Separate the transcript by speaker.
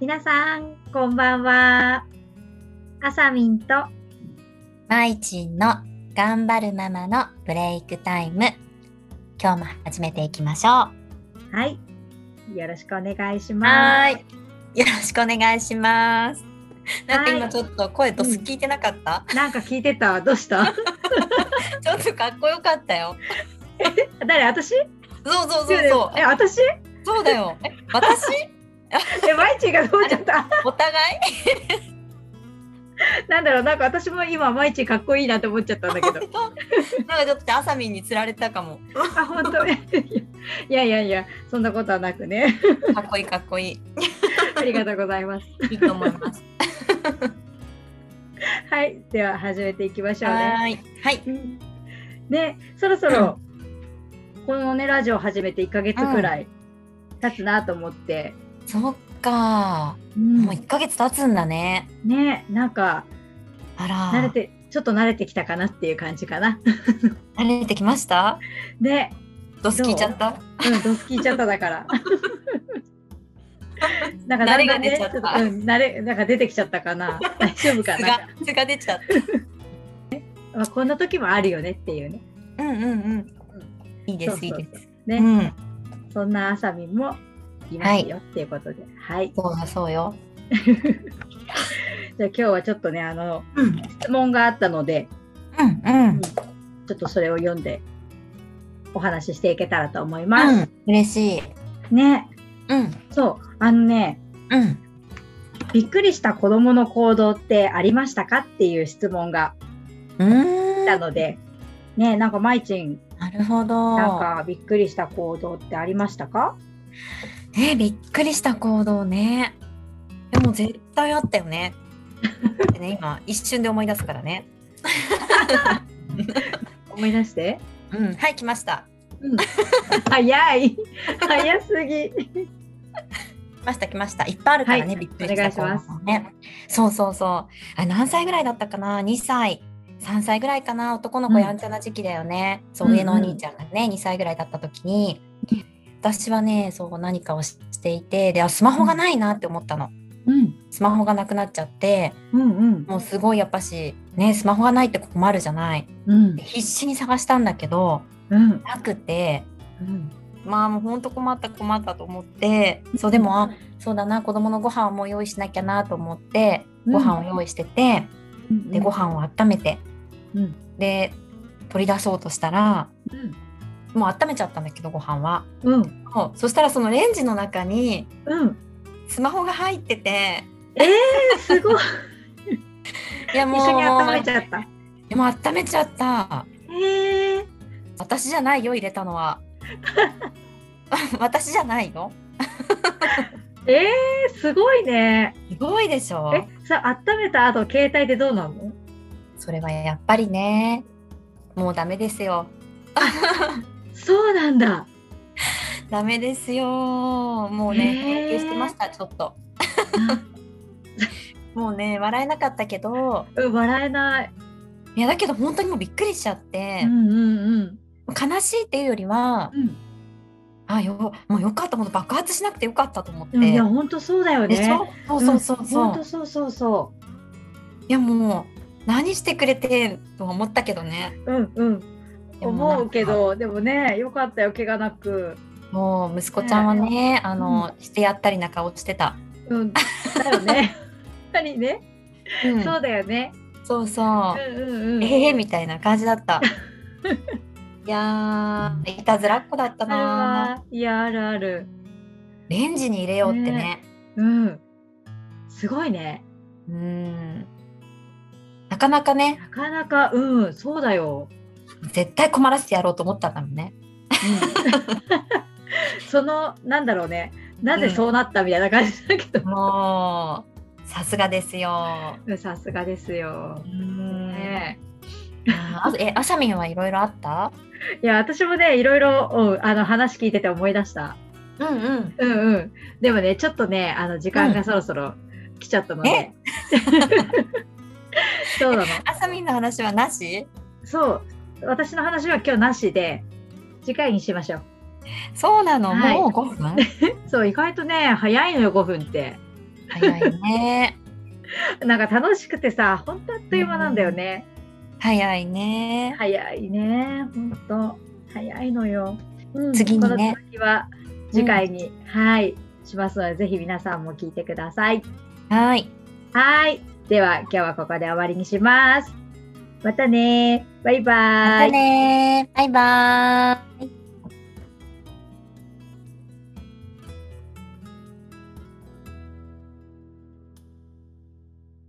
Speaker 1: 皆さん、こんばんは。あさみんと、
Speaker 2: まいちんの頑張るママのブレイクタイム。今日も始めていきましょう。
Speaker 1: はい。よろしくお願いし
Speaker 2: は
Speaker 1: ま
Speaker 2: ー
Speaker 1: す。
Speaker 2: い。よろしくお願いします。なんか
Speaker 1: はい
Speaker 2: 今ちょっと声とす聞いてなかった、
Speaker 1: なんか聞いてた。どうした
Speaker 2: ちょっとかっこよかったよ。
Speaker 1: 誰私
Speaker 2: そうそうそうそう。
Speaker 1: え、私
Speaker 2: そうだよ。え、私
Speaker 1: え、まいちんがどうちゃ った
Speaker 2: お互い
Speaker 1: なんだろう、なんか私も今、まいちんかっこいいなって思っちゃったんだけ ど。
Speaker 2: なんかちょっとあさみんに釣られたかも。
Speaker 1: あ、本当 いやいやいや、そんなことはなく ね。
Speaker 2: かっこいいかっこいい。
Speaker 1: ありがとうございます。
Speaker 2: いいと思い ます。
Speaker 1: はい。では、始めていきましょうね。
Speaker 2: はーい。はい。
Speaker 1: で、そろそろ、このね、ラジオ始めて1ヶ月くらい経つなと思って。
Speaker 2: そっか。
Speaker 1: うん
Speaker 2: もう一ヶ月経つんだね。
Speaker 1: ね、なんか、
Speaker 2: あら。
Speaker 1: 慣れて、ちょっと慣れてきたかなっていう感じかな。
Speaker 2: 慣れてきました。
Speaker 1: で、
Speaker 2: ドス聞いちゃった。
Speaker 1: うん、ドス聞いちゃっただから。 なんか
Speaker 2: 慣
Speaker 1: だ
Speaker 2: れ
Speaker 1: んだ
Speaker 2: が
Speaker 1: ん
Speaker 2: 出
Speaker 1: ね、
Speaker 2: ちゃった
Speaker 1: ょとうん、慣れ、なんか出てきちゃったか な。大丈夫か
Speaker 2: 素
Speaker 1: な。
Speaker 2: が、素が出ちゃっ
Speaker 1: まあ、こんな時もあるよねっていうね。
Speaker 2: た。うんうんうん。いいで
Speaker 1: そう
Speaker 2: す。
Speaker 1: そ
Speaker 2: いうい
Speaker 1: そう
Speaker 2: です。
Speaker 1: ね、
Speaker 2: うん。
Speaker 1: そんなあさみんもいますよっていうことで、はい。
Speaker 2: そうだそうよ。
Speaker 1: じゃあ今日はちょっとね、あの
Speaker 2: うん。
Speaker 1: 質問があったので、
Speaker 2: うんうん。
Speaker 1: ちょっとそれを読んでお話ししていけたらと思いうます。
Speaker 2: ん。嬉しい。
Speaker 1: ね、
Speaker 2: うん。
Speaker 1: そう、あのね、
Speaker 2: うん。
Speaker 1: びっくりした子供の行動ってありましたかっていう質問が
Speaker 2: うーん。
Speaker 1: 来たので、ね、なんかまいちん、
Speaker 2: なるほど。
Speaker 1: なんかびっくりした行動ってありましたか？
Speaker 2: えー、びっくりした行動ね。でも絶対あったよ ね。だってね、今一瞬で思い出すからね。
Speaker 1: 思い出 して。
Speaker 2: うん。はい、来ました。
Speaker 1: うん、早い、早すぎ。
Speaker 2: 来ました来ましたいっぱいあるからね、
Speaker 1: はい
Speaker 2: びっくりした
Speaker 1: お願いします
Speaker 2: 子供ねそうそうそうあ何歳ぐらいだったかな2歳3歳ぐらいかな男の
Speaker 1: う
Speaker 2: 子
Speaker 1: ん
Speaker 2: やんちゃな時期だよね、そう
Speaker 1: うんうん
Speaker 2: 上のお兄ちゃんがね2歳ぐらいだった時に私はねそう何かをしていてであスマホがないなって思ったの
Speaker 1: うん、
Speaker 2: スマホがなくなっちゃって
Speaker 1: うん、うん、
Speaker 2: もうすごいやっぱしねスマホがないって困るじゃない
Speaker 1: うん
Speaker 2: で、必死に探したんだけど
Speaker 1: うん、
Speaker 2: なくて
Speaker 1: うん。
Speaker 2: まあもうほんと困った困ったと思ってそうでもあそうだな子供のご飯も用意しなきゃなと思って
Speaker 1: うん
Speaker 2: ご飯を用意してて、
Speaker 1: うん
Speaker 2: でご飯を温めて、
Speaker 1: うん
Speaker 2: で取り出そうとしたら
Speaker 1: うん、
Speaker 2: もう温めちゃったんだけどご飯は
Speaker 1: うん、
Speaker 2: もうそしたらそのレンジの中に
Speaker 1: うん。
Speaker 2: スマホが入ってて
Speaker 1: すごい。
Speaker 2: いや
Speaker 1: 一
Speaker 2: もう
Speaker 1: 緒に温めちゃった。
Speaker 2: でも温めちゃった
Speaker 1: へえ。
Speaker 2: 私じゃないよ入れたのは私じゃないよ
Speaker 1: えー、すごいね。
Speaker 2: すごいでしょ
Speaker 1: え、それ温めた後携帯でどうなの？
Speaker 2: それはやっぱりねもうダメですよ
Speaker 1: そうなんだ。
Speaker 2: ダメですよもうね
Speaker 1: へー
Speaker 2: 変形してましたちょっともうね笑えなかったけど
Speaker 1: うん笑えない。
Speaker 2: いやだけど本当にもうびっくりしちゃって
Speaker 1: う、んうんうん
Speaker 2: 悲しいっていうよりは
Speaker 1: うん。
Speaker 2: あよもうよかったもう爆発しなくてよかったと思って、
Speaker 1: うんいや本当そうだよ
Speaker 2: でし
Speaker 1: ね。
Speaker 2: ょそうそうそうそう、
Speaker 1: 本当
Speaker 2: い
Speaker 1: そうそうそ
Speaker 2: やもう何してくれてんとは思ったけどね
Speaker 1: う。うんうん。
Speaker 2: でもなんか
Speaker 1: 思うけどでもねよかったよ怪我なく。
Speaker 2: もう息子ちゃんはねあの、してやったりなんか落ちてた、
Speaker 1: うん。だよ ね。やっぱりね。
Speaker 2: うん
Speaker 1: そうだよね。
Speaker 2: そうそうう、
Speaker 1: んうんうん。
Speaker 2: ええみたいな感じだった いやーいたずらっ子だった
Speaker 1: ある
Speaker 2: な
Speaker 1: わ。いやあるある。
Speaker 2: レンジに入れようってね。
Speaker 1: うん。すごいね。
Speaker 2: うん。なかなかね、
Speaker 1: なかなか、うん、そうだよ。
Speaker 2: 絶対困らせてやろうと思ったんだもんね。
Speaker 1: その、なんだろうね。なぜそうなったみたいな感じだけど。
Speaker 2: もう、さすがですよ。
Speaker 1: うんさすがですよ。
Speaker 2: うん
Speaker 1: ね
Speaker 2: あえ、あさみんはいろいろあった
Speaker 1: いや、私もね、いろいろ、うん、あの話聞いてて思い出した。
Speaker 2: うんうん。
Speaker 1: うんうん。でもね、ちょっとね、あの時間がそろそろ来ちゃったので。 そうなの。
Speaker 2: あさみんの話はなし
Speaker 1: そう。私の話は今日なしで、次回にしましょう。
Speaker 2: そうなの、
Speaker 1: はい
Speaker 2: もう5分
Speaker 1: そう、意外とね、早いのよ、5分って。
Speaker 2: 早いね。
Speaker 1: なんか楽しくてさ、本当あっという間なんだよね。
Speaker 2: 早いね。
Speaker 1: 早いね、本当早いのよ。うん
Speaker 2: 次にね
Speaker 1: この続きは次回に、はいしますので、ぜひ皆さんも聞いてください。
Speaker 2: はい。
Speaker 1: はい、では今日はここで終わりにします。またね、バイバイ。
Speaker 2: またねバイバーイ。